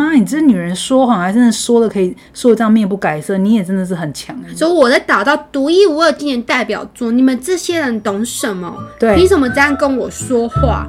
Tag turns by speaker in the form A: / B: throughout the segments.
A: 啊你这女人说谎还真的说的可以说的这样面不改色，你也真的是很强哎。
B: 所以我在打造独一无二经典代表作，你们这些人懂什么？
A: 对
B: 凭什么这样跟我说话？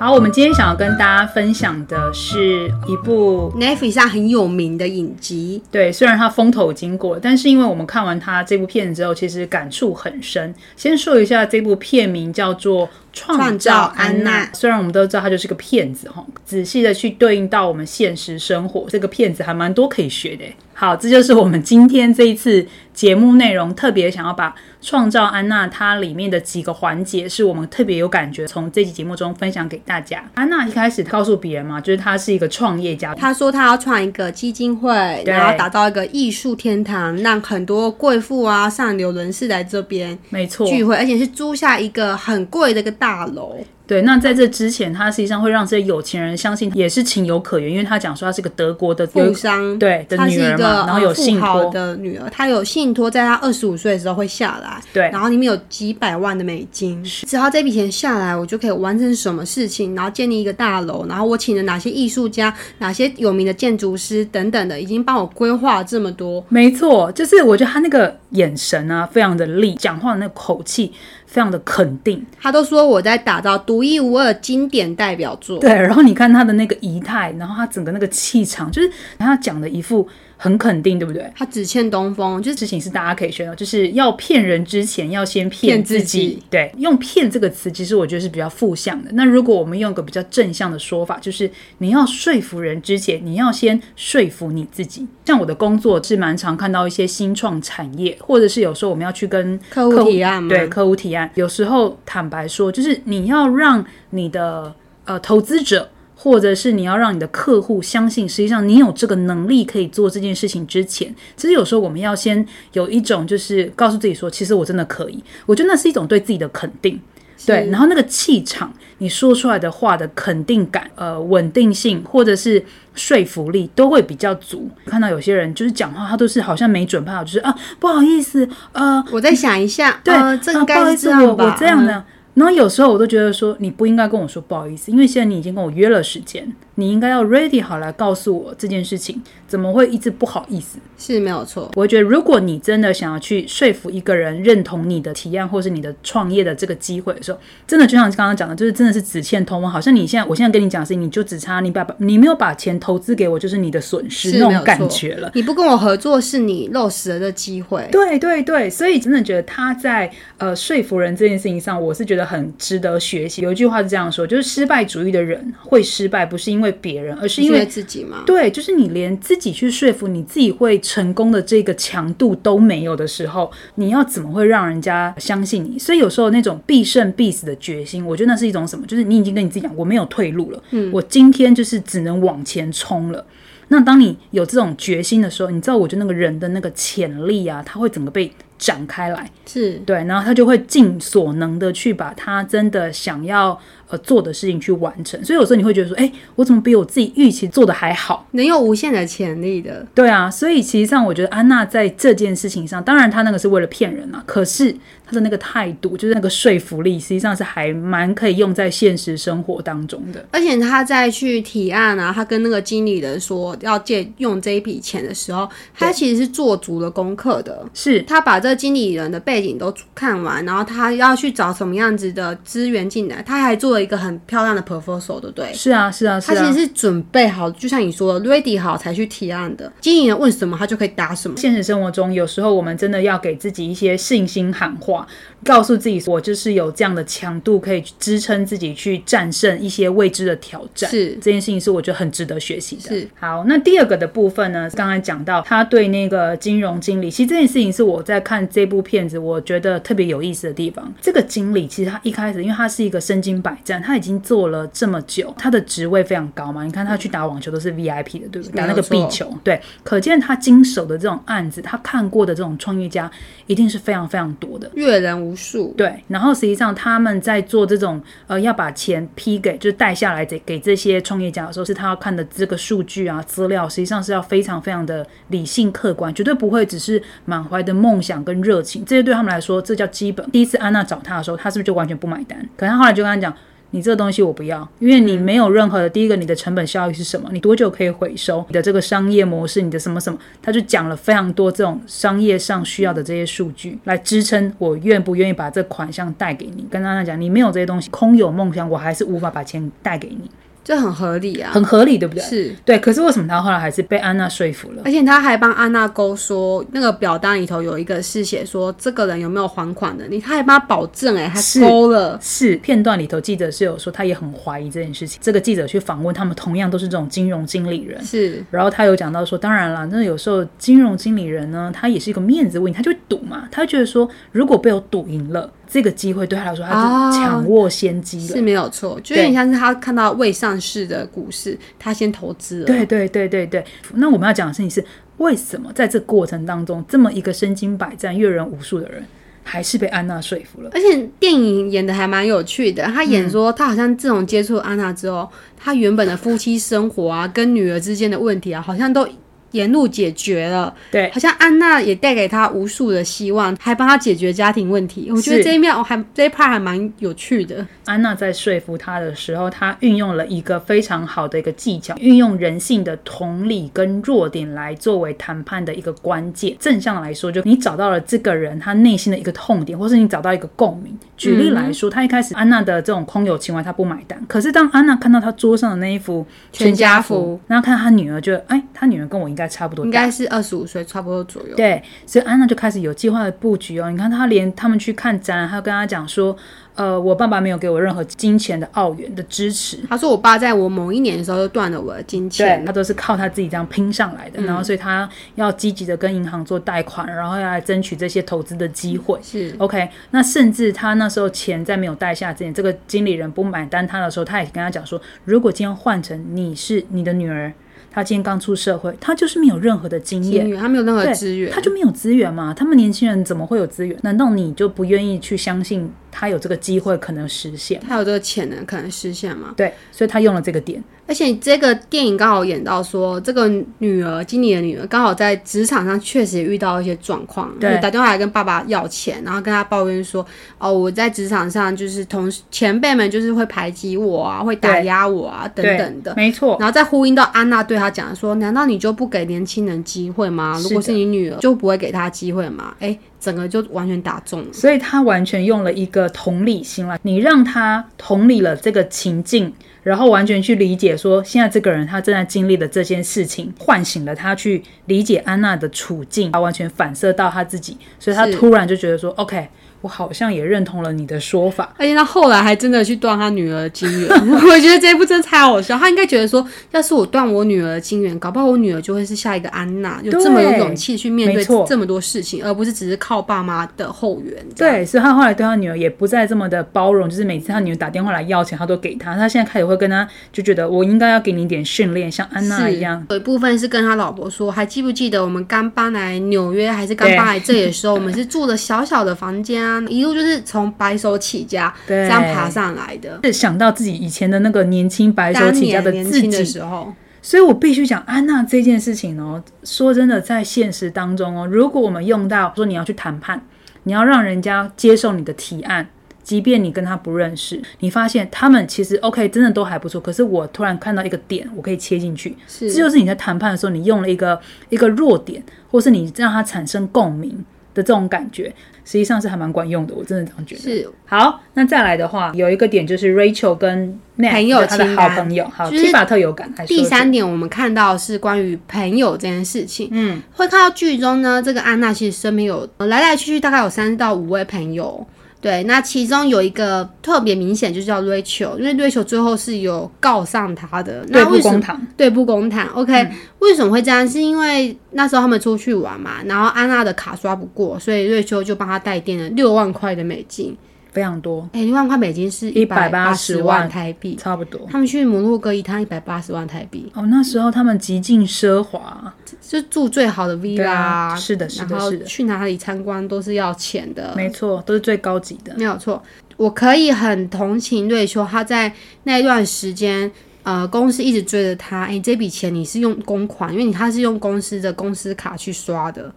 A: 好，我们今天想要跟大家分享的是一部
B: Netflix 上很有名的影集，
A: 对，虽然它风头已经过了，但是因为我们看完它这部片之后，其实感触很深。先说一下这部片名叫做《创
B: 创
A: 造
B: 造
A: 安
B: 安
A: 娜
B: 娜》，
A: 虽然我们都知道它就是个骗子哈，仔细的去对应到我们现实生活，这个骗子还蛮多可以学的耶。欸好，这就是我们今天这一次节目内容，特别想要把《创造安娜》它里面的几个环节，是我们特别有感觉，从这期节目中分享给大家。安娜一开始告诉别人嘛，就是她是一个创业家，
B: 他说他要创一个基金会，
A: 对
B: 然后打造一个艺术天堂，让很多贵妇啊、上流人士来这边
A: 没错，
B: 聚会，而且是租下一个很贵的一个大楼。
A: 对，那在这之前，他实际上会让这些有钱人相信也是情有可原，因为他讲说他是个德国的有
B: 富商
A: 对的
B: 她是
A: 女
B: 一
A: 儿
B: 个
A: 嘛，然后有
B: 呃
A: 信
B: 富豪
A: 托，
B: 的女儿，她有信托，在她二十五岁的时候会下来，
A: 对
B: 然后里面有几百万的美金，只要这笔钱下来，我就可以完成什么事情，然后建立一个大楼，然后我请了哪些艺术家、哪些有名的建筑师等等的，已经帮我规划这么多。
A: 没错，就是我觉得他那个眼神啊，非常的厉，讲话的那个口气非常的肯定，
B: 他都说我在打造独一无二经典代表作，
A: 对。然后你看他的那个仪态，然后他整个那个气场，就是他讲的一副很肯定，对不对？
B: 他只欠东风，就是
A: 事情是大家可以学的，就是要骗人之前要先骗
B: 骗自
A: 己。
B: 己
A: 对，用“骗”这个词，其实我觉得是比较负向的。那如果我们用一个比较正向的说法，就是你要说服人之前，你要先说服你自己。像我的工作是蛮常看到一些新创产业，或者是有时候我们要去跟
B: 客户提案嘛，
A: 对，客户提案，有时候坦白说，就是你要让你的呃投资者，或者是你要让你的客户相信，实际上你有这个能力可以做这件事情之前，其实有时候我们要先有一种就是告诉自己说，其实我真的可以。我觉得那是一种对自己的肯定。对，然后那个气场，你说出来的话的肯定感、呃稳定性，或者是说服力，都会比较足。看到有些人就是讲话，他都是好像没准备好，就是啊不好意思，呃
B: 我再想一下，
A: 对，
B: 呃、这
A: 啊
B: 应
A: 不好意
B: 该是
A: 思
B: 这样吧，
A: 我我这样
B: 嗯
A: 呢。然后有时候我都觉得说，你不应该跟我说不好意思，因为现在你已经跟我约了时间，你应该要 ready 好来告诉我这件事情，怎么会一直不好意思？
B: 是没有错。
A: 我会觉得，如果你真的想要去说服一个人认同你的提案或是你的创业的这个机会的时候，真的就像刚刚讲的，就是真的是只欠通风，好像你现在我现在跟你讲的事情，你就只差你把你没有把钱投资给我，就是你的损失
B: 是
A: 那
B: 没有
A: 种感
B: 错
A: 觉了。
B: 你不跟我合作，是你漏失了这机会。
A: 对对对，所以真的觉得他在呃说服人这件事情上，我是觉得很值得学习。有一句话是这样说，就是失败主义的人会失败，不是因为别人，而是因
B: 因为
A: 为。
B: 自己嘛，
A: 对，就是你连自己去说服你自己会成功的这个强度都没有的时候，你要怎么会让人家相信你？所以有时候那种必胜必死的决心，我觉得那是一种什么？就是你已经跟你自己讲，我没有退路了，嗯，我今天就是只能往前冲了。那当你有这种决心的时候，你知道，我觉得那个人的那个潜力啊，他会整个被展开来，
B: 是
A: 对，然后他就会尽所能的去把他真的想要呃做的事情去完成。所以有时候你会觉得说，哎，我怎么比我自己预期做的还好？
B: 能有无限的潜力的。
A: 对啊，所以其实上，我觉得安娜在这件事情上，当然她那个是为了骗人啊，可是她的那个态度，就是那个说服力，实际上是还蛮可以用在现实生活当中的。
B: 而且他在去提案啊，他跟那个经理人说要借用这一笔钱的时候，他其实是做足了功课的。
A: 是
B: 他把这经理人的背景都看完，然后他要去找什么样子的资源进来，他还做了一个很漂亮的 proposal，对不对？
A: 是啊，是啊，是
B: 他
A: 啊。
B: 其实是准备好，就像你说的，ready 好才去提案的。经理人问什么，他就可以答什么。
A: 现实生活中，有时候我们真的要给自己一些信心喊话，告诉自己，我就是有这样的强度，可以去支撑自己去战胜一些未知的挑战。
B: 是
A: 这件事情是我觉得很值得学习的。
B: 是
A: 好，那第二个的部分呢，刚才讲到他对那个金融经理，其实这件事情是我在看这部片子，我觉得特别有意思的地方。这个经理其实他一开始，因为他是一个身经百战，他已经做了这么久，他的职位非常高嘛。你看他去打网球都是 VIP 的，对不对？打那个
B: 没
A: 壁
B: 有错
A: 球，对，可见他经手的这种案子，他看过的这种创业家一定是非常非常多的。
B: 阅人无数，
A: 对，然后实际上他们在做这种呃要把钱批给就是贷下来给给这些创业家的时候，是他要看的这个数据啊资料，实际上是要非常非常的理性客观，绝对不会只是满怀的梦想跟热情，这些对他们来说这叫基本。第一次安娜找他的时候，他是不是就完全不买单？可是他后来就跟他讲。你这个东西我不要，因为你没有任何的第一个你的成本效益是什么，你多久可以回收，你的这个商业模式，你的什么什么，他就讲了非常多这种商业上需要的这些数据来支撑我愿不愿意把这款项带给你。跟大家讲，你没有这些东西，空有梦想，我还是无法把钱带给你，
B: 这很合理啊，
A: 很合理，对不对？
B: 是。
A: 对，可是为什么他后来还是被安娜说服了？
B: 而且他还帮安娜勾说，那个表单里头有一个是写说这个人有没有还款能力，他还帮他保证哎、欸，
A: 是
B: 还勾了。
A: 是片段里头，记者是有说他也很怀疑这件事情。这个记者去访问他们，同样都是这种金融经理人，
B: 是
A: 然后他有讲到说，当然啦，那有时候金融经理人呢，他也是一个面子问题，他就会赌嘛，他会觉得说，如果被我赌赢了，这个机会对他来说，他
B: 啊
A: 是抢握先机了。
B: 是没有错，就有点像是他看到未上市的股市，他先投资了。
A: 对对对对对。那我们要讲的事情是，为什么在这过程当中，这么一个身经百战、阅人无数的人，还是被安娜说服了？
B: 而且电影演的还蛮有趣的，他
A: 嗯
B: 演说他好像自从接触安娜之后，他原本的夫妻生活啊，跟女儿之间的问题啊，好像都沿路解决了。
A: 对
B: 好像安娜也带给他无数的希望，还帮他解决家庭问题。我觉
A: 是
B: 得这一面我还这一 part 还蛮有趣的。
A: 安娜在说服他的时候，她运用了一个非常好的一个技巧，运用人性的同理跟弱点来作为谈判的一个关键。正向来说，就你找到了这个人他内心的一个痛点，或是你找到一个共鸣。举例来说，他一开始安娜的这种空有情怀，她不买单。可是当安娜看到他桌上的那一幅
B: 全家福
A: 福，然后看到他女儿，觉得哎，他女儿跟我应该差不多大，
B: 应该是二十五岁差不多左右。
A: 对，所以安娜就开始有计划的布局哦。你看，她连他们去看展览，她跟他讲说，呃，我爸爸没有给我任何金钱的澳元的支持，
B: 他说我爸在我某一年的时候就断了我的金
A: 对
B: 钱
A: 他。都是靠他自己这样拼上来的。然后，所以他要积极的跟银行做贷款，然后要来争取这些投资的机会。
B: 是
A: OK，那甚至他那时候钱在没有带下之前，这个经理人不买单他的时候，他也跟他讲说，如果今天换成你是你的女儿，她今天刚出社会，她就是没有任何的经验
B: 金，源，他没有任何
A: 对
B: 资源
A: 他。就没有资源嘛？他们年轻人怎么会有资源？难道你就不愿意去相信他有这个机会可能实现？
B: 他有这个潜能，可能实现嘛？
A: 对，所以他用了这个点，
B: 而且这个电影刚好演到说，这个女儿经理的女儿刚好在职场上确实也遇到一些状况，
A: 对
B: 就打电话来跟爸爸要钱，然后跟他抱怨说，哦，我在职场上就是同事前辈们就是会排挤我啊，会打
A: 对
B: 压我啊，等
A: 对
B: 等的。
A: 没错，
B: 然后再呼应到安娜对他讲的说：“难道你就不给年轻人机会吗？
A: 是的
B: 如果是你女儿，就不会给她机会吗？”哎，整个就完全打中了。
A: 所以他完全用了一个同理心来，你让他同理了这个情境，然后完全去理解说现在这个人他正在经历的这件事情，唤醒了他去理解安娜的处境，他完全反射到他自己，所以他
B: 是
A: 突然就觉得说，OK，我好像也认同了你的说法。
B: 而且他后来还真的去断他女儿的金源， 我觉得这一部真的太好笑。他应该觉得说，要是我断我女儿的金源，搞不好我女儿就会是下一个安娜，有
A: 对
B: 这么有勇气去面
A: 没
B: 对
A: 错
B: 这么多事情，而不是只是靠爸妈的后援。
A: 对，所以他后来对他女儿也不再这么的包容，就是每次他女儿打电话来要钱，他都给他。他现在开始会跟他就觉得我应该要给你一点训练，像安娜
B: 是
A: 一样。
B: 有一部分是跟他老婆说，还记不记得我们刚搬来纽约还是刚搬来这里的时候，我们是住的小小的房间啊，一路就是从白手起家
A: 对
B: 这样爬上来的。
A: 是想到自己以前的那个年轻白手
B: 当
A: 起家
B: 年
A: 的
B: 年
A: 自
B: 轻的
A: 己，
B: 时候，
A: 所以我必须讲安娜这件事情哦。说真的，在现实当中哦，如果我们用到说你要去谈判，你要让人家接受你的提案。即便你跟他不认识，你发现他们其实 OK，真的都还不错。可是我突然看到一个点，我可以切进去，
B: 是
A: 这就是你在谈判的时候，你用了一个一个弱点，或是你让它产生共鸣的这种感觉，实际上是还蛮管用的。我真的这样觉得。
B: 是
A: 好，那再来的话，有一个点就是 Rachel 跟 Matt
B: 朋友
A: 就是他的
B: 清
A: 好
B: 单
A: 朋友，好，
B: 就是
A: 提法特有感。还说
B: 第
A: 是
B: 三点，我们看到是关于朋友这件事情。
A: 嗯，
B: 会看到剧中呢，这个安娜其实身边有呃来来去去大概有三到五位朋友。对，那其中有一个特别明显，就是叫 Rachel，因为 Rachel 最后是有告上他的。
A: 对
B: 那
A: 簿
B: 为什
A: 公
B: 么
A: 堂，嗯
B: 对簿公堂？OK，、为什么会这样？是因为那时候他们出去玩嘛，然后安娜的卡刷不过，所以 Rachel 就帮他带垫了六万块的美金。
A: 非常多，
B: 哎、六万块美金是
A: 180
B: 180
A: 万
B: 万台币。
A: 差不多。
B: 他们去摩洛哥一趟一百八十万台币，
A: 哦，那时候他们极尽奢华，
B: 就住最好的
A: 对
B: villa，、
A: 啊是的是的
B: 然后
A: 是的
B: 去哪里参观都是要钱的，
A: 没错，都是最高级的。
B: 没有错。我可以很同情瑞秋，他在那一段时间，呃，公司一直追着他，哎、这笔钱你是用公款，因为你他是用公司的公司卡去刷的，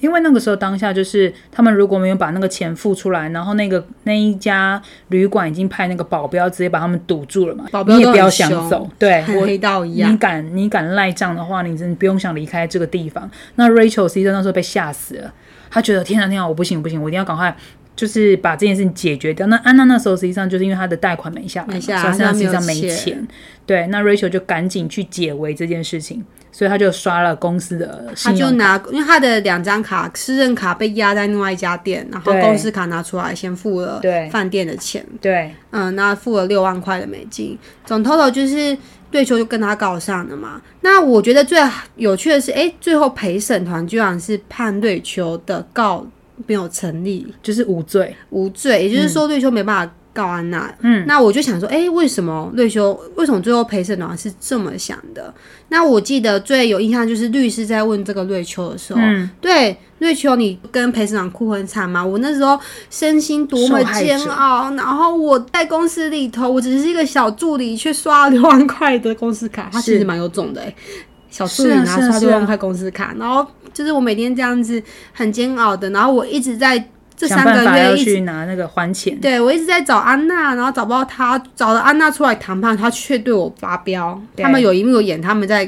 A: 因为那个时候当下就是他们如果没有把那个钱付出来，然后那个那一家旅馆已经派那个保镖直接把他们堵住了嘛，
B: 保镖
A: 你也
B: 都
A: 不
B: 很
A: 要想
B: 凶
A: 走，对
B: 和
A: 我
B: 黑道一
A: 你
B: 样。
A: 敢你敢赖账的话，你真的不用想离开这个地方。那 Rachel C 那时候被吓死了，她觉得天啊天啊，我不行我不行，我一定要赶快。就是把这件事情解决掉。那安娜那时候实际上就是因为她的贷款没下来嘛，
B: 没下来
A: 所以她实际上
B: 她没
A: 没
B: 有
A: 钱。
B: 钱
A: 对，那 Rachel 就赶紧去解围这件事情，所以她就刷了公司的
B: 他
A: 信
B: 就
A: 用卡。
B: 拿，因为他的两张卡，私人卡被压在另外一家店，然后
A: 对
B: 公司卡拿出来先付了
A: 对
B: 饭店的钱，
A: 对
B: 嗯，那付了六万块的美金，总 total 就是对球就跟他告上了嘛。那我觉得最有趣的是，哎、最后陪审团居然是判对球的告没有成立，
A: 就是无罪。
B: 无罪，也就是说对球没办法告安娜。
A: 嗯，
B: 那我就想说，哎、为什么瑞修为什么最后陪审团是这么想的？那我记得最有印象就是律师在问这个瑞秋的时候，
A: 嗯
B: 对瑞秋，你跟陪审团哭很惨吗？我那时候身心多么
A: 受害者
B: 煎熬，然后我在公司里头，我只是一个小助理，却刷了六万块的公司卡，他
A: 是
B: 其实蛮有种的、欸。小助
A: 是
B: 理
A: 啊
B: 然后
A: 是啊
B: 刷
A: 是
B: 六
A: 啊
B: 万块公司卡，然后就是我每天这样子很煎熬的，然后我一直在这
A: 想
B: 三
A: 办
B: 个
A: 法
B: 月
A: 要
B: 一直
A: 去拿那个还钱，
B: 对我一直在找安娜，然后找不到她，找了安娜出来谈判，她却对我发飙。
A: 对
B: 他们有一幕有演他们在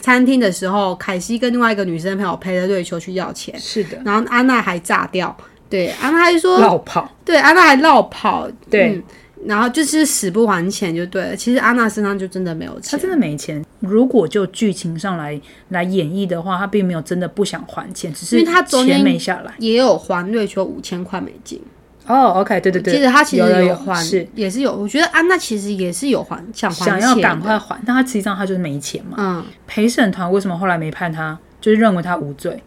B: 餐厅的时候，凯西跟另外一个女生朋友陪着瑞秋去要钱，
A: 是的，
B: 然后安娜还炸掉。对，安娜还说，
A: 绕跑。
B: 对，安娜还绕跑。
A: 对
B: 嗯然后就是死不还钱就对了。其实安娜身上就真的没有
A: 他
B: 钱，
A: 真的没钱。如果就剧情上来来演绎的话，他并没有真的不想还钱，只
B: 因
A: 是
B: 为他中间
A: 钱没下来。
B: 也有还瑞秋五千块美金。
A: 哦，OK，对对对，
B: 记得他其实
A: 有有有
B: 还，
A: 是
B: 也是有。我觉得安娜其实也是有还想还
A: 想要
B: 钱
A: 赶
B: 的
A: 快还，但他实际上他就是没钱嘛。
B: 嗯。
A: 陪审团为什么后来没判他？就是认为他无罪，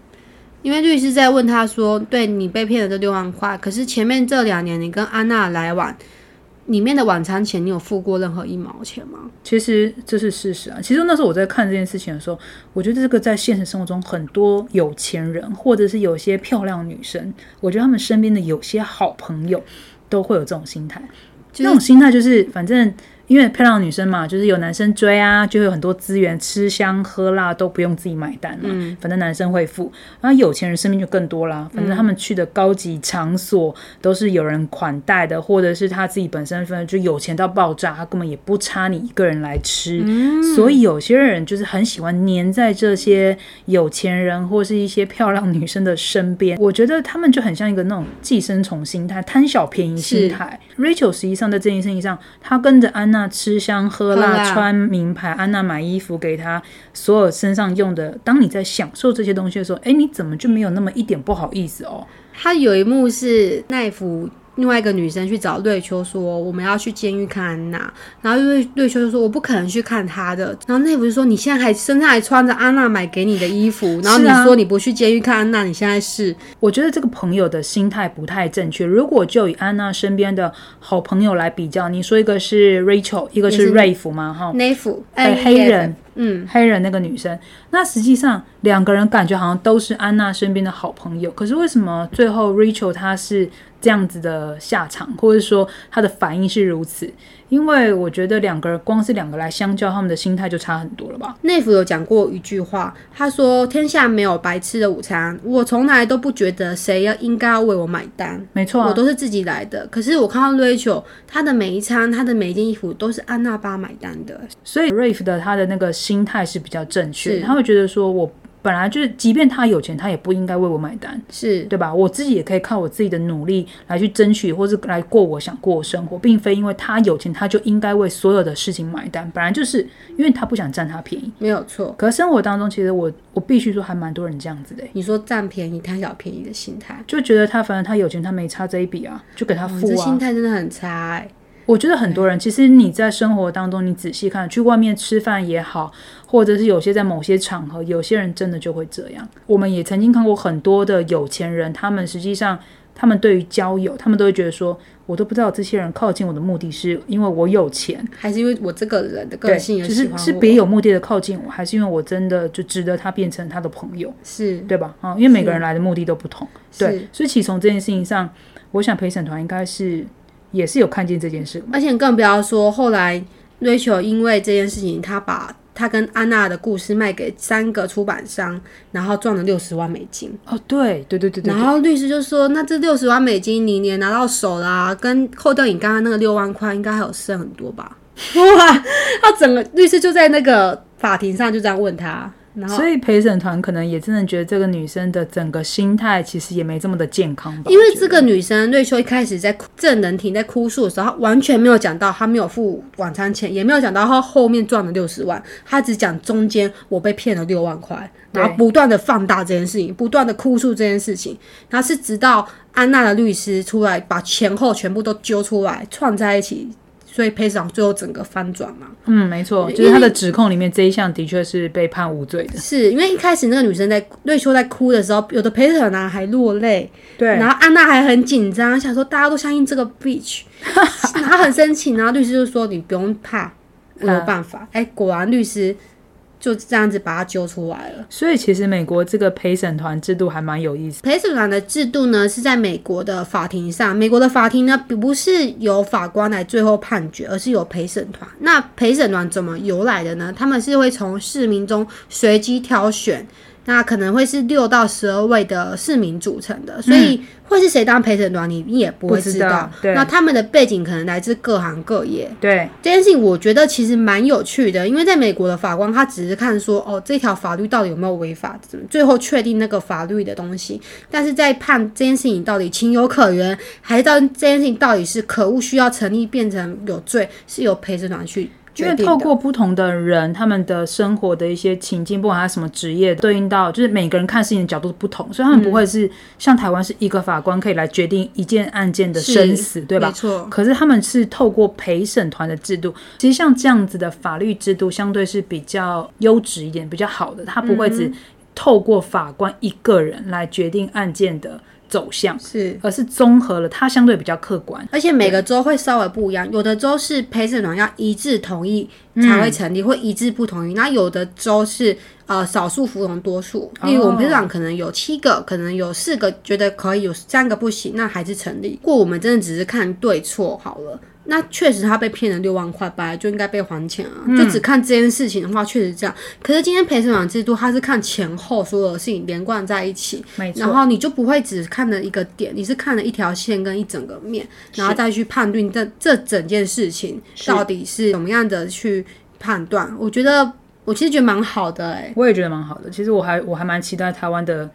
B: 因为律师在问他说：“对你被骗了这六万块，可是前面这两年你跟安娜来往，里面的晚餐钱你有付过任何一毛钱吗
A: 其实这是事实啊。其实那时候我在看这件事情的时候，我觉得这个在现实生活中，很多有钱人或者是有些漂亮女生，我觉得他们身边的有些好朋友都会有这种心态。？”
B: 就
A: 那
B: 是
A: 种心态就是，反正因为漂亮的女生嘛，就是有男生追啊，就会有很多资源，吃香喝辣都不用自己买单嘛。
B: 嗯
A: 反正男生会付，然后有钱人身边就更多啦。反正他们去的高级场所都是有人款待的，或者是他自己本身分就有钱到爆炸，他根本也不差你一个人来
B: 嗯
A: 吃。所以有些人就是很喜欢黏在这些有钱人或是一些漂亮女生的身边。我觉得他们就很像一个那种寄生虫心态，贪小便宜心态。Rachel 实际上在这件事情上，她跟着安娜吃香喝
B: 喝
A: 辣，
B: 辣
A: 穿名牌，安娜买衣服给她，所有身上用的。当你在享受这些东西的时候，哎，你怎么就没有那么一点不好意思哦？
B: 他有一幕是奈芙另外一个女生去找瑞秋说：“我们要去监狱看安娜。”然后瑞瑞秋就说：“我不可能去看她的。”然后奈芙就说：“你现在还身上还穿着安娜买给你的衣服，然后你
A: 是啊
B: 说你不去监狱看安娜，你现在是
A: 我觉得这个朋友的心态不太正确。如果就以安娜身边的好朋友来比较，你说一个是 Rachel，一个
B: 也
A: 是
B: 是
A: 瑞芙嘛，哈，
B: 奈芙
A: 哎，黑人，
B: 嗯，
A: 黑人那个女生，那实际上两个人感觉好像都是安娜身边的好朋友，可是为什么最后 Rachel 她是这样子的下场，或者说她的反应是如此？因为我觉得两个人光是两个来相较，他们的心态就差很多了吧？
B: 内服有讲过一句话，他说：“天下没有白吃的午餐，我从来都不觉得谁要应该要为我买单，
A: 没错、
B: 我
A: 啊，
B: 都是自己来的。可是我看到 Rachel，她的每一餐，她的每一件衣服都是安娜帮她买单的，
A: 所以 Rafe 的他的那个心态是比较正确的，
B: 是
A: 他会觉得说我本来就是，即便他有钱，他也不应该为我买单。
B: 是
A: 对吧？我自己也可以靠我自己的努力来去争取，或是来过我想过的生活，并非因为他有钱他就应该为所有的事情买单。本来就是因为他不想占他便宜。
B: 没有错。
A: 可是生活当中，其实我我必须说，还蛮多人这样子的欸、
B: 你说占便宜、贪小便宜的心态，
A: 就觉得他反正他有钱，他没差这一笔啊，就给他
B: 哇
A: 付
B: 哦这
A: 啊
B: 心。态真的很差、欸。
A: 我觉得很多人其实你在生活当中，你仔细看，去外面吃饭也好，或者是有些在某些场合，有些人真的就会这样。我们也曾经看过很多的有钱人，他们实际上他们对于交友，他们都会觉得说，我都不知道这些人靠近我的目的是因为我有钱，
B: 还是因为我这个人的
A: 对，
B: 个性也
A: 就
B: 喜
A: 是
B: 欢
A: 是
B: 我
A: 别有目的的靠近我，还是因为我真的就值得他变成他的朋友，
B: 是
A: 对吧？啊、因为每个人来的目的都不同，对
B: 是，，
A: 所以其实从这件事情上，我想陪审团应该是也是有看见这件事吧。
B: 而且更不要说后来 Rachel 因为这件事情，她把他跟安娜的故事卖给三个出版商，然后赚了六十万美金。
A: 哦，对对对对对
B: 然，后律师就说：“那这六十万美金你也拿到手啦、跟扣掉你刚刚那个六万块，应该还有剩很多 吧？” 哇！他整个律师就在那个法庭上就这样问他，然后
A: 所以陪审团可能也真的觉得这个女生的整个心态其实也没这么的健康吧，
B: 因
A: 我
B: 为
A: 觉
B: 这
A: 得
B: 个女生瑞秋一开始在哭证人庭在哭诉的时候，她完全没有讲到她没有付晚餐钱，也没有讲到她后面赚了六十万，她只讲中间我被骗了六万块，
A: 对
B: 然后不断的放大这件事情，不断的哭诉这件事情，然后是直到安娜的律师出来把前后全部都揪出来串在一起，所以陪审团最后整个翻转嘛。
A: 嗯，没错，
B: 因
A: 就是她的指控里面这一项的确是被判无罪的，
B: 是因为一开始那个女生在瑞秋在哭的时候，有的陪审团啊还落泪，
A: 对
B: 然后安娜还很紧张，想说大家都相信这个 bitch，然后很生气，然后律师就说你不用怕，我有办法。哎、果然律师就这样子把她揪出来了。
A: 所以其实美国这个陪审团制度还蛮有意思。
B: 陪审团的制度呢是在美国的法庭上，美国的法庭呢不是由法官来最后判决，而是由陪审团。那陪审团怎么由来的呢？他们是会从市民中随机挑选。那可能会是六到十二位的市民组成的，所以会是谁当陪审团，你你也不会
A: 不知
B: 知
A: 道
B: 道。
A: 对
B: 那他们的背景可能来自各行各业，
A: 对，
B: 这件事情我觉得其实蛮有趣的，因为在美国的法官他只是看说哦这条法律到底有没有违法，最后确定那个法律的东西，但是在判这件事情到底情有可原，还是到这件事情到底是可恶需要成立变成有罪，是由陪审团去
A: 因
B: 决
A: 为
B: 定
A: 透
B: 的。
A: 过不同的人，他们的生活的一些情境，不管他什么职业，对应到就是每个人看事情的角度不同，所以他们不会是、像台湾是一个法官可以来决定一件案件的
B: 是
A: 生死，对吧
B: 没？错，
A: 可是他们是透过陪审团的制度，其实像这样子的法律制度，相对是比较优质一点、比较好的，它不会只透过法官一个人来决定案件的走向，
B: 是。
A: 而是综合了，它相对比较客观。
B: 而且每个州会稍微不一样，有的州是陪审团要一致同意才会成立，或一致不同意。那有的州是呃少数服从多数，例如我们陪审团可能有七个，可能有四个觉得可以，有三个不行，那还是成立。如果我们真的只是看对错好了。那确实他被骗了六万块，本来就应该被还钱啊。就只看这件事情的话，确实这样。可是今天陪审团制度，它是看前后所有的事情连贯在一起，
A: 没错
B: 然，后你就不会只看了一个点，你是看了一条线跟一整个面，然后再去判定这这整件事情
A: 是
B: 到底是怎么样的去判断。我觉得我其实觉得蛮好的哎、
A: 我也觉得蛮好的。其实我还我还蛮期待台湾的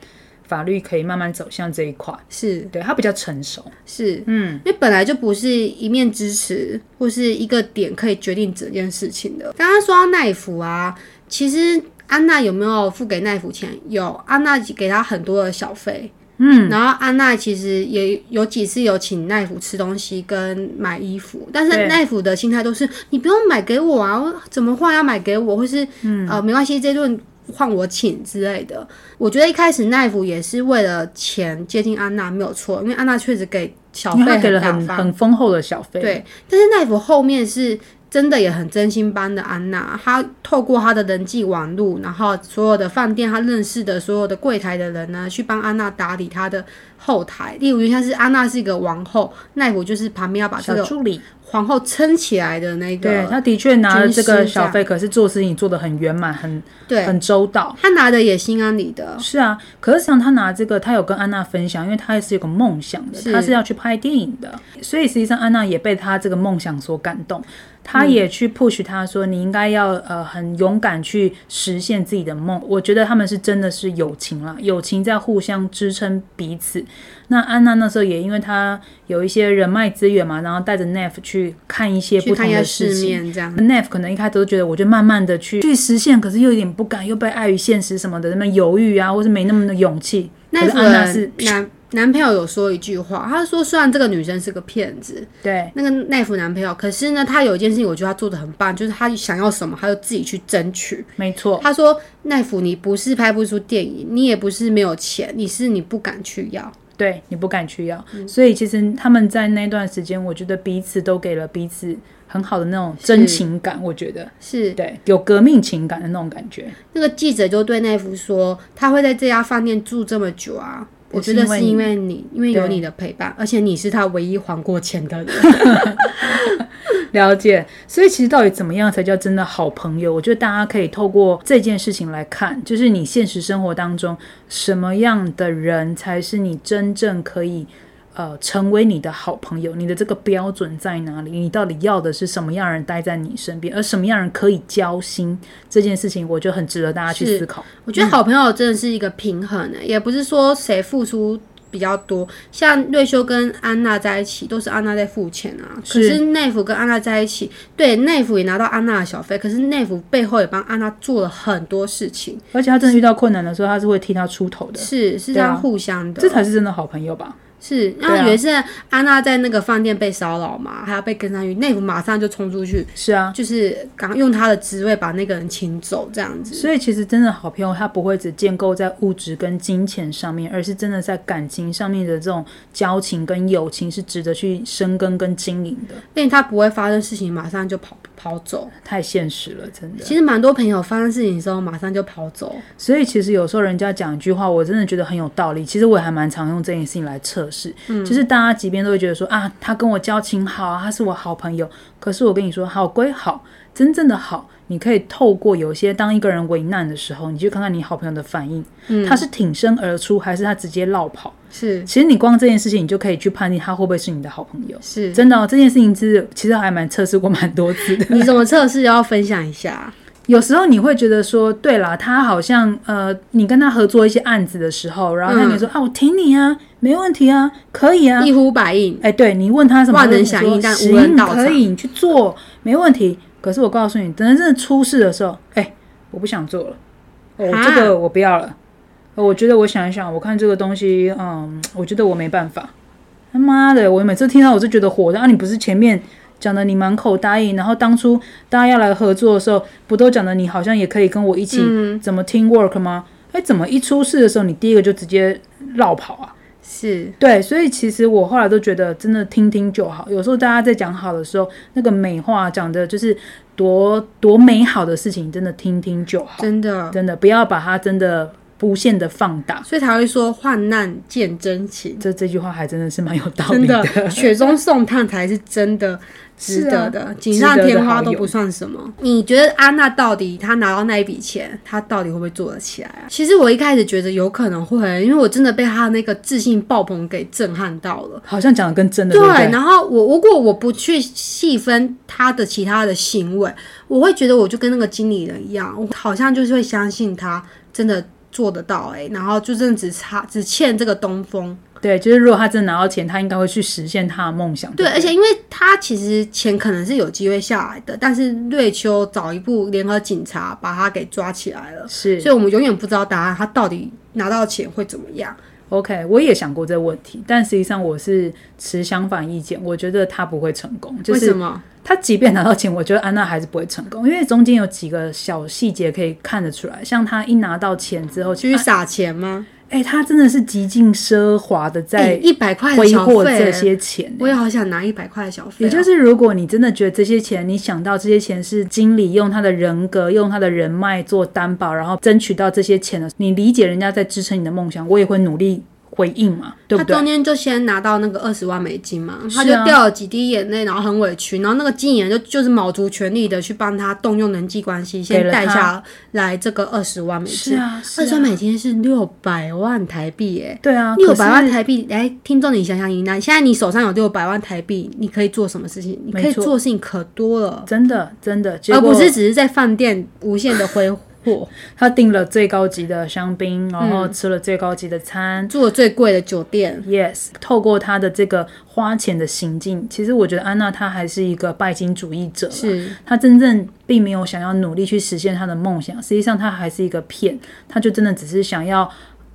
A: 法律可以慢慢走向这一块，
B: 是
A: 对它比较成熟。
B: 是，嗯，因为本来就不是一面支持或是一个点可以决定整件事情的。刚刚说到奈夫啊，其实安娜有没有付给奈夫钱？有，安娜给他很多的小费。嗯，然后安娜其实也有几次有请奈夫吃东西跟买衣服，但
A: 对
B: 是奈夫的心态都是你不用买给我啊，我怎么换要买给我，或是、
A: 嗯
B: 呃没关系，这顿换我请之类的。我觉得一开始奈夫也是为了钱接近安娜没有错，因为安娜确实给小
A: 因
B: 费
A: 为他给了
B: 大
A: 很
B: 方
A: 很丰厚的小费，
B: 对，但是奈夫后面是真的也很真心帮的安娜，她透过她的人际网路，然后所有的饭店她认识的所有的柜台的人呢，去帮安娜打理她的后台。例如像是安娜是一个王后，奈夫就是旁边要把这
A: 小
B: 个
A: 助理，
B: 皇后撑起来的那
A: 对
B: 个，
A: 他的确拿了这个
B: 军师这样
A: 小费，可是做事情做得很圆满，很
B: 对，
A: 很周到。
B: 她拿的也心安理得。
A: 是啊，可是像他拿这个，他有跟安娜分享，因为他也是有个梦想的，
B: 是
A: 他是要去拍电影的，所以实际上安娜也被他这个梦想所感
B: 嗯
A: 动，他也去 push 他说，你应该要呃很勇敢去实现自己的梦。我觉得他们是真的是友情啦，友情在互相支撑彼此。那安娜那时候也因为她有一些人脉资源嘛，然后带着 Neff 去看一些
B: 去
A: 不
B: 看
A: 同
B: 一下
A: 的
B: 世
A: 事情，
B: 面，这样
A: Neff 可能一开始都觉得，我就慢慢的去去实现，可是又有点不敢，又被碍于现实什么的，那么犹豫啊，或是没那么的勇气。可
B: 奈
A: 是
B: 夫
A: 安娜是
B: 的，男男朋友有说一句话，他说虽然这个女生是个骗子，
A: 对，
B: 那个奈夫男朋友，可是呢，他有一件事情我觉得他做的很棒，就是他想要什么，他就自己去争取。
A: 没错，
B: 他说：“奈夫，你不是拍不出电影，你也不是没有钱，你是你不敢去要。
A: 对你不敢去要，所以其实他们在那段时间，我觉得彼此都给了彼此很好的那种真情感，我觉得
B: 是
A: 对，有革命情感的那种感觉。
B: 那个记者就对奈夫说，他会在这家饭店住这么久啊，我觉得
A: 也
B: 是
A: 是因
B: 因为你，因为有
A: 对
B: 你的陪伴，而且你是他唯一还过钱的人。
A: 了解，所以其实到底怎么样才叫真的好朋友？我觉得大家可以透过这件事情来看，就是你现实生活当中什么样的人才是你真正可以呃成为你的好朋友？你的这个标准在哪里？你到底要的是什么样的人待在你身边，而什么样人可以交心？这件事情我觉得很值得大家去
B: 是
A: 思考。
B: 我觉得好朋友真的是一个平衡的、也不是说谁付出比较多。像瑞修跟安娜在一起，都是安娜在付钱啊。可
A: 是
B: 是内府跟安娜在一起，对内府也拿到安娜的小费，可是内府背后也帮安娜做了很多事情，
A: 而且他真的遇到困难的时候，他是会替他出头的，
B: 是是这
A: 对啊
B: 样互相的。
A: 这才是真的好朋友吧？
B: 是，
A: 对
B: 那
A: 啊
B: 有一次安娜在那个饭店被骚扰嘛，还要被跟上去，内府马上就冲出去，
A: 是啊，
B: 就是刚用他的职位把那个人请走，这样子。
A: 所以其实真的好朋友，他不会只建构在物质跟金钱上面，而是真的在感情上面的这种交情跟友情是值得去深耕跟经营的。
B: 因为他不会发生事情，马上就跑跑走。
A: 太现实了，真的。
B: 其实蛮多朋友发生事情的时候，马上就跑走。
A: 所以其实有时候人家讲一句话，我真的觉得很有道理。其实我也还蛮常用这件事情来测试，
B: 嗯
A: 就是大家即便都会觉得说啊，他跟我交情好啊，他是我好朋友。可是我跟你说，好归好，真正的好，你可以透过有些当一个人为难的时候，你去看看你好朋友的反应，
B: 嗯
A: 他是挺身而出，还是他直接绕跑？
B: 是
A: 其实你光这件事情，你就可以去判定他会不会是你的好朋友。
B: 是，
A: 真的、哦，这件事情是其实还蛮测试过蛮多次的。
B: 你怎么测试要分享一下？
A: 有时候你会觉得说，对啦，他好像呃，你跟他合作一些案子的时候，然后他跟你说、啊，我挺你啊，没问题啊，可以啊。
B: 一呼百应，
A: 哎，对你问他什么，
B: 万能
A: 他就跟你
B: 响应
A: 说
B: 但无
A: 行
B: 人到
A: 可
B: 场
A: 以，你去做，没问题。可是我告诉你，等真的出事的时候，哎，我不想做了，哦，
B: 啊
A: 这个我不要了。呃我觉得我想一想，我看这个东西，嗯，我觉得我没办法。他妈的，我每次听到我就觉得火大。啊、你不是前面讲的你满口答应，然后当初大家要来合作的时候，不都讲的你好像也可以跟我一起
B: 嗯
A: 怎么 team work 吗？哎、怎么一出事的时候，你第一个就直接绕跑啊？
B: 是
A: 对，所以其实我后来都觉得，真的听听就好。有时候大家在讲好的时候，那个美化讲的就是多多美好的事情，真的听听就好，
B: 真的，
A: 真的不要把它真的无限的放大。
B: 所以才会说患难见真情，
A: 这这句话还真的是蛮有道理
B: 真的雪中送炭才是真的值
A: 是啊
B: 得的，锦上
A: 值得的
B: 添花
A: 好
B: 都
A: 友
B: 不算什么。你觉得安娜到底她拿到那一笔钱，她到底会不会做得起来啊？其实我一开始觉得有可能会，因为我真的被她那个自信爆棚给震撼到了。
A: 好像讲的跟真的不对？
B: 然后我如果我不去细分他的其他的行为，我会觉得我就跟那个经理人一样，我好像就是会相信他真的做得到哎、欸然后就真的只差只欠这个东风。
A: 对，就是如果他真的拿到钱，他应该会去实现他的梦想。
B: 对，
A: 不
B: 而且因为他其实钱可能是有机会下来的，但是瑞秋早一步联合警察把他给抓起来了，
A: 是
B: 所以我们永远不知道答案，他到底拿到钱会怎么样。
A: OK，我也想过这个问题，但实际上我是持相反意见，我觉得他不会成功。就
B: 为
A: 是
B: 什么？
A: 他即便拿到钱，我觉得安娜还是不会成功，因为中间有几个小细节可以看得出来。像他一拿到钱之后，
B: 就
A: 其
B: 是
A: 实
B: 撒钱吗？哎
A: 哎、他真的是极尽奢华的在
B: 一百块的
A: 挥
B: 小
A: 霍
B: 费
A: 这
B: 欸，
A: 些钱、
B: 我也好想拿一百块的小费、
A: 也
B: 哦。
A: 就是，如果你真的觉得这些钱，你想到这些钱是经理用他的人格、用他的人脉做担保，然后争取到这些钱的，你理解人家在支撑你的梦想，我也会努力回应嘛，对不
B: 他
A: 对
B: 中？间就先拿到那个二十万美金嘛，
A: 是啊
B: 他就掉了几滴眼泪，然后很委屈，然后那个经纪人就就是卯足全力的去帮他动用人际关系，
A: 给
B: 先
A: 了他
B: 带下来这个二十万美
A: 是
B: 金。
A: 啊，是
B: 二十、万
A: 啊，
B: 美金是六百万台币耶、
A: 对啊，
B: 六
A: 可
B: 百
A: 是
B: 万台币，来，听众你想想，你拿现在你手上有六百万台币，你可以做什么事情？你可
A: 没
B: 以
A: 错
B: 做的事情可多了，
A: 真的真的，结
B: 而
A: 果
B: 不是只是在饭店无限的挥 霍，
A: 他订了最高级的香槟，然后吃了最高级的餐。
B: 住了最贵的酒店。
A: Yes，透过他的这个花钱的行径，其实我觉得安娜她还是一个拜金主义者啦，
B: 是
A: 她真正并没有想要努力去实现她的梦想，实际上她还是一个骗，她就真的只是想要。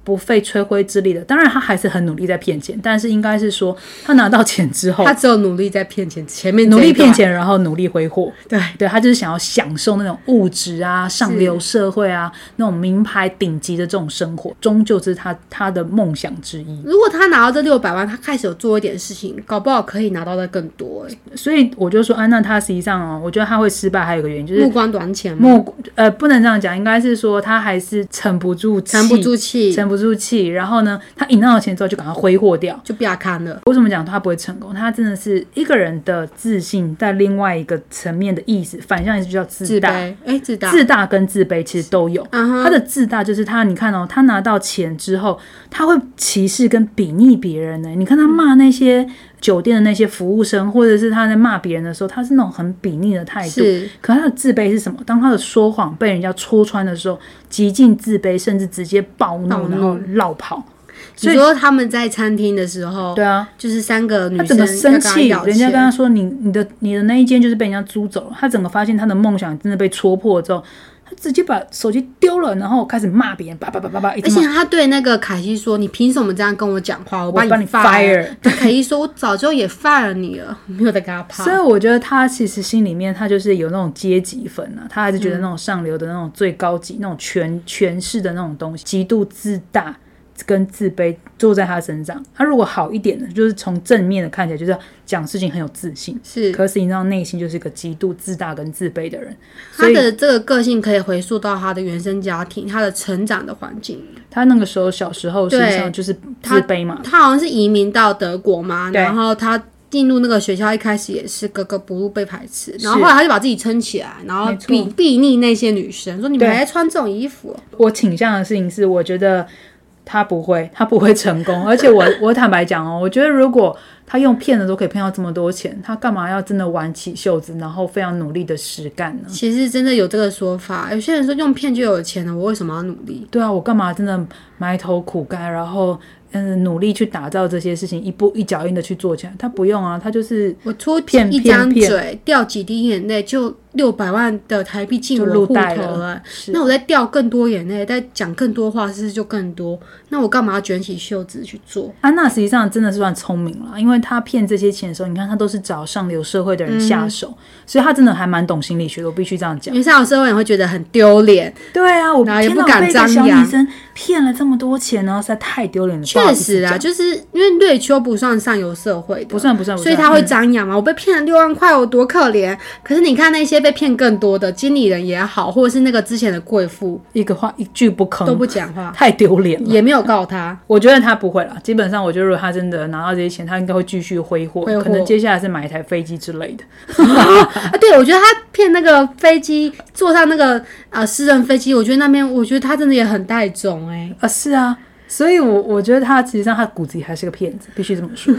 A: 不费吹灰之力的，当然她还是很努力在骗钱，但是应该是说她拿到钱之后
B: 他，只有努力在骗钱，前面这
A: 哦努
B: 一
A: 力骗
B: 段
A: 钱，然后努力挥霍。
B: 对
A: 对，她就是想要享受那种物质啊、上流社会啊、那种名牌顶级的这种生活，终究这是她她的梦想之一。
B: 如果他拿到这六百万，他开始有做一点事情，搞不好可以拿到的更多、欸。
A: 所以我就说，安娜她实际上哦，我觉得她会失败，还有一个原因就是
B: 目光短浅嘛，
A: 目呃不能这样讲，应该是说她还是沉不住气，
B: 沉不住气，
A: 沉不住气，然后呢，他赢到了钱之后就赶快挥霍掉。
B: 就不要看了。
A: 为什么讲他不会成功？他真的是一个人的自信，在另外一个层面的意思，反向意思就叫
B: 自
A: 自
B: 卑，
A: 大。
B: 哎、自大，
A: 自大跟自卑其实都有。
B: 嗯哼
A: 他的自大就是他，你看哦，他拿到钱之后，他会歧视跟鄙睨别人呢。欸你看他骂那些酒店的那些服务生，或者是他在骂别人的时候，他是那种很鄙睨的态度。
B: 是
A: 可他的自卑是什么？当他的说谎被人家戳穿的时候，极尽自卑，甚至直接暴怒，
B: 暴怒
A: 然后绕跑。所
B: 你
A: 以
B: 说他们在餐厅的时候，
A: 对啊，
B: 就是三个哦女
A: 他
B: 生
A: 整个生气，
B: 要跟
A: 人
B: 他
A: 家
B: 要
A: 跟他说你你的你的那一间就是被人家租走了，他整个发现他的梦想真的被戳破之后，他直接把手机丢了，然后开始骂别人，叭叭叭叭叭，一
B: 而
A: 直
B: 且
A: 骂。
B: 他对那个凯西说：“你凭什么这样跟我讲话？我把
A: 把你
B: fire
A: fire。”
B: 对凯西说：“我早就也 fire 你了，没有在跟他怕。
A: 所以我觉得他其实心里面他就是有那种阶级粉啊，他还是觉
B: 嗯
A: 得那种上流的那种最高级、那种权权势的那种东西，极度自大跟自卑坐在他身上。他如果好一点的，就是从正面的看起来，就是讲事情很有自信。
B: 是
A: 可是你知道，内心就是一个极度自大跟自卑的人。
B: 他
A: 所以
B: 的这个个性可以回溯到他的原生家庭，他的成长的环境。
A: 他那个时候小时候实际上就是
B: 他
A: 自卑嘛，
B: 他好像是移民到德国嘛，
A: 对
B: 然后他进入那个学校，一开始也是格格不入，被排斥。然后后来他就把自己撑起来，然后
A: 没错
B: 避避睨那些女生，说你
A: 对
B: 们还在穿这种衣服哦、
A: 我倾向的事情是，我觉得他不会，他不会成功。而且我 我坦白讲哦，我觉得如果他用骗的都可以骗到这么多钱，他干嘛要真的挽起袖子，然后非常努力的实干呢？
B: 其实真的有这个说法，有些人说用骗就有钱了，我为什么要努力？
A: 对啊，我干嘛真的埋头苦干，然后嗯努力去打造这些事情，一步一脚印的去做起来？他不用啊，他就是
B: 我出
A: 骗
B: 一张
A: 骗骗
B: 嘴，掉几滴眼泪，就六百万的台币进
A: 就
B: 我
A: 入
B: 户
A: 袋
B: 头
A: 了
B: 了。
A: 是
B: 那我再掉更多眼泪，再讲更多话，是不是就更多？那我干嘛要卷起袖子去做？
A: 安啊娜实际上真的是算聪明了，因为她骗这些钱的时候，你看她都是找上流社会的人下手，所以她真的还蛮懂心理学的，我必须这样讲
B: 因。为上有社会人会觉得很丢脸，
A: 对啊，我
B: 然后也
A: 天哪
B: 不敢
A: 我被一个
B: 张
A: 小
B: 扬
A: 女生骗了这么多钱，然后实在太丢脸了。不好
B: 确
A: 意思
B: 实啊，
A: 讲
B: 就是因为瑞秋不算上游社会的，
A: 不算不算不算，
B: 所以他会
A: 嗯
B: 张扬嘛。我被骗了六万块，我多可怜。可是你看那些被骗更多的经理人也好，或者是那个之前的贵妇
A: 一个话一句不嗯
B: 都
A: 吭，
B: 不讲话，
A: 太丢脸了。
B: 也没有告 他。
A: 我觉得他不会啦，基本上我觉得如果他真的拿到这些钱，他应该会继续挥霍，
B: 挥霍
A: 可能接下来是买一台飞机之类的。
B: 啊，对，我觉得他骗那个飞机坐上那个呃私人飞机，我觉得那边我觉得他真的也很带种哎、
A: 啊，是啊，所以我我觉得他实际上他骨子里还是个骗子，必须这么 说。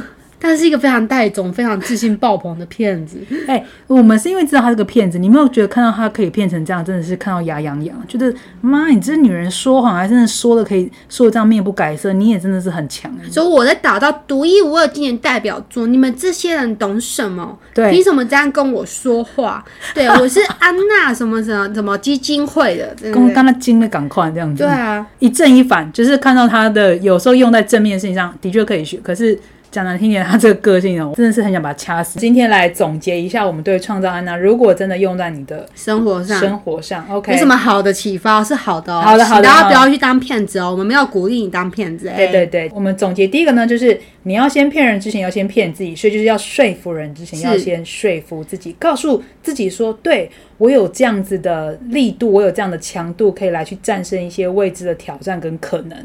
B: 他是一个非常带种、非常自信爆棚的骗子。
A: 哎、我们是因为知道他是个骗子，你没有觉得看到他可以骗成这样，真的是看到牙痒痒，觉得妈，你这女人说谎还真的说的可以说的这样面不改色，你也真的是很强、哎
B: 所以我在打造独一无二经典代表作，你们这些人懂什么？
A: 对
B: 凭什么这样跟我 说话？对，我是安娜什么什么什么基金会的，真
A: 跟
B: 的。
A: 刚他精的赶快这样子，
B: 对啊，
A: 一正一反，就是看到他的有时候用在正面的事情上的确可以学，可是。讲难听点，他这个个性哦， 我真的是很想把他掐死。今天来总结一下我们对创造安娜，如果真的用在你的
B: 生活上
A: 生活上，OK，
B: 有什么好的启发是好的、哦，
A: 好的好的
B: 大家
A: 好
B: 不
A: 的
B: 要去当骗子哦，我们没有鼓励你当骗子、哎，
A: 对对对，我们总结第一个呢，就是你要先骗人之前要先骗自己，所以就是要说服人之前
B: 是
A: 要先说服自己，告诉自己说，对我有这样子的力度，我有这样的强度，可以来去战胜一些未知的挑战跟可能。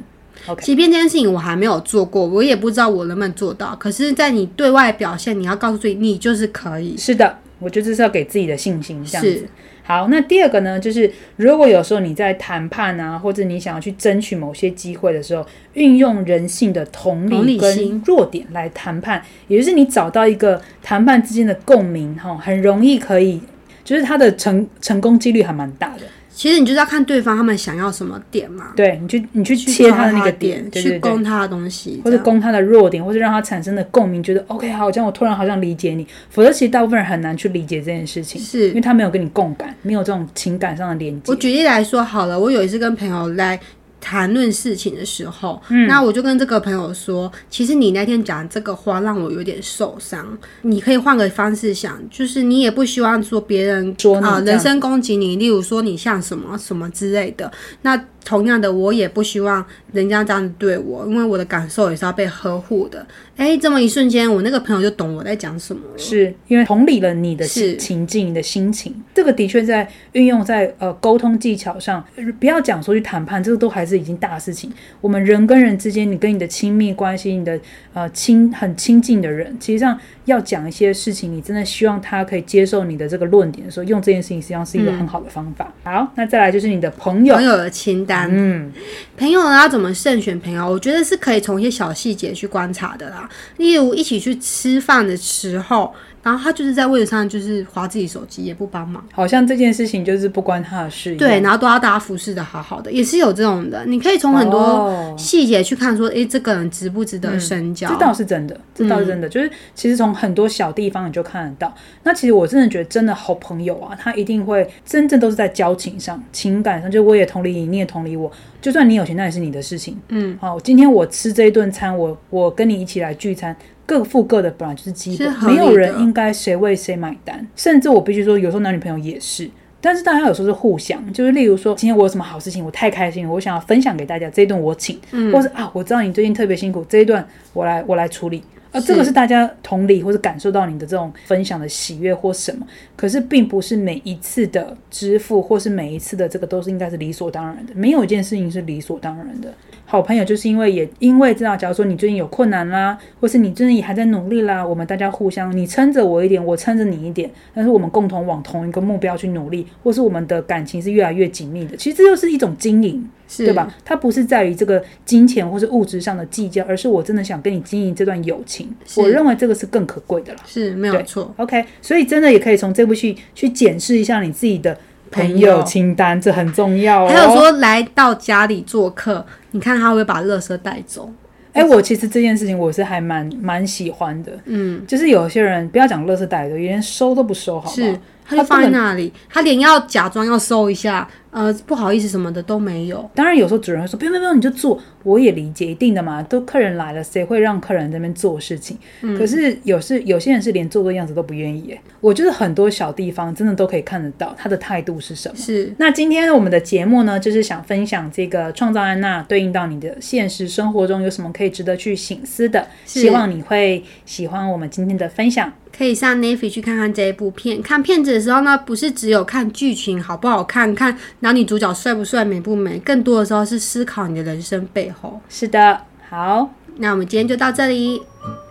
A: OK，
B: 即便这件事情我还没有做过，我也不知道我能不能做到。可是，在你对外表现，你要告诉自己，你就是可以。
A: 是的，我觉得这是要给自己的信心，这样子
B: 是。
A: 好，那第二个呢，就是如果有时候你在谈判啊，或者你想要去争取某些机会的时候，运用人性的同
B: 同理
A: 理跟
B: 心
A: 弱点来谈判，也就是你找到一个谈判之间的共鸣，哈，很容易可以，就是它的成成功几率还蛮大的。
B: 其实你就是要看对方他们想要什么点嘛，
A: 对你去你去
B: 去
A: 切
B: 抓
A: 的那个
B: 点，
A: 对
B: 去
A: 对对
B: 攻他的东西，
A: 或
B: 这
A: 者
B: 样
A: 攻他的弱点，或者让他产生的共鸣，觉得 OK，好像我突然好像理解你。否则，其实大部分人很难去理解这件事情，因为
B: 是。
A: 他没有跟你共感，没有这种情感上的连接
B: 我。举例来说好了，我有一次跟朋友来。谈论事情的时候，
A: 嗯
B: 那我就跟这个朋友说，其实你那天讲这个话让我有点受伤。你可以换个方式想，就是你也不希望说别人
A: 说你
B: 啊、
A: 这
B: 人
A: 样
B: 身攻击你，例如说你像什么什么之类的。那同样的，我也不希望人家这样对我，因为我的感受也是要被呵护的。哎、这么一瞬间，我那个朋友就懂我在讲什么了。
A: 是因为同理了你的
B: 是
A: 情境、你的心情，这个的确在运用在呃沟通技巧上，呃不要讲说去谈判，这个都还是已经大事情。我们人跟人之间，你跟你的亲密关系、你的呃亲很亲近的人，其实上要讲一些事情，你真的希望他可以接受你的这个论点的时候，用这件事情实际上是一个很好的方法。好，那再来就是你的朋友
B: 嗯朋，友的清单，
A: 嗯，
B: 朋友呢要怎么慎选朋友？啊我觉得是可以从一些小细节去观察的啦。例如一起去吃饭的时候，然后他就是在位置上就是划自己手机，也不帮忙。
A: 好像这件事情就是不关他的事一样。
B: 对，然后都要大家服侍的好好的，也是有这种的。你可以从很多
A: 哦
B: 细节去看说，诶，这个人值不值得深交？
A: 嗯这倒是真的，这倒是真的，就是其实从很多小地方你就看得到。那其实我真的觉得，真的好朋友啊，他一定会真正都是在交情上、情感上，就我也同理你，你也同理我。就算你有钱，那也是你的事情。
B: 嗯，
A: 好，今天我吃这一顿餐，我我跟你一起来聚餐。各付各的本来就是基
B: 是
A: 本，
B: 合
A: 没
B: 理的
A: 有人应该谁为谁买单。甚至我必须说，有时候男女朋友也是，但是大家有时候是互相，就是例如说，今天我有什么好事情，我太开心了，我想要分享给大家，这一顿我请，
B: 嗯
A: 或是啊，我知道你最近特别辛苦，这一段我来我来处理。啊，这个是大家同理或者感受到你的这种分享的喜悦或什么，可是并不是每一次的支付或是每一次的这个都是应该是理所当然的，没有一件事情是理所当然的。好朋友就是因为也因为知道，假如说你最近有困难啦，或是你最近也还在努力啦，我们大家互相，你撑着我一点，我撑着你一点，但是我们共同往同一个目标去努力，或是我们的感情是越来越紧密的。其实这就是一种经营，
B: 是
A: 对吧？？它不是在于这个金钱或是物质上的计较，而是我真的想跟你经营这段友情。
B: 是
A: 我认为这个是更可贵的啦。
B: 是没有
A: 对
B: 错。
A: OK，所以真的也可以从这部戏去检视一下你自己的朋
B: 朋
A: 友
B: 友
A: 清单，这很重要哦。
B: 还有说来到家里做客，你看他会不会把垃圾带走？
A: 哎、我其实这件事情我是还蛮蛮喜欢的，
B: 嗯，
A: 就是有些人不要讲垃圾袋的，有些人收都不收，好
B: 是
A: 吗？，
B: 他就
A: 他不
B: 放在
A: 能
B: 那里，他连要假装要收一下，呃，不好意思什么的都没有。
A: 当然，有时候主人会说：“不用不用不用，你就做。”我也理解，一定的嘛，都客人来了，谁会让客人在那边做事情？
B: 嗯
A: 可是有是有些人是连做做样子都不愿意耶。我觉得很多小地方真的都可以看得到他的态度是什么。
B: 是，
A: 那今天我们的节目呢，就是想分享这个创造安娜对应到你的现实生活中有什么可以值得去醒思的。
B: 是
A: 希望你会喜欢我们今天的分享。
B: 可以上 Navy 去看看这一部片。看片子的时候呢，不是只有看剧情好不好看，看男女主角帅不帅、美不美，更多的时候是思考你的人生背后。
A: 是的，好，
B: 那我们今天就到这里，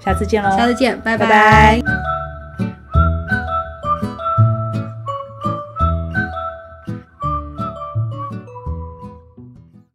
A: 下次见喽，
B: 下次见，
A: 拜
B: 拜拜
A: 拜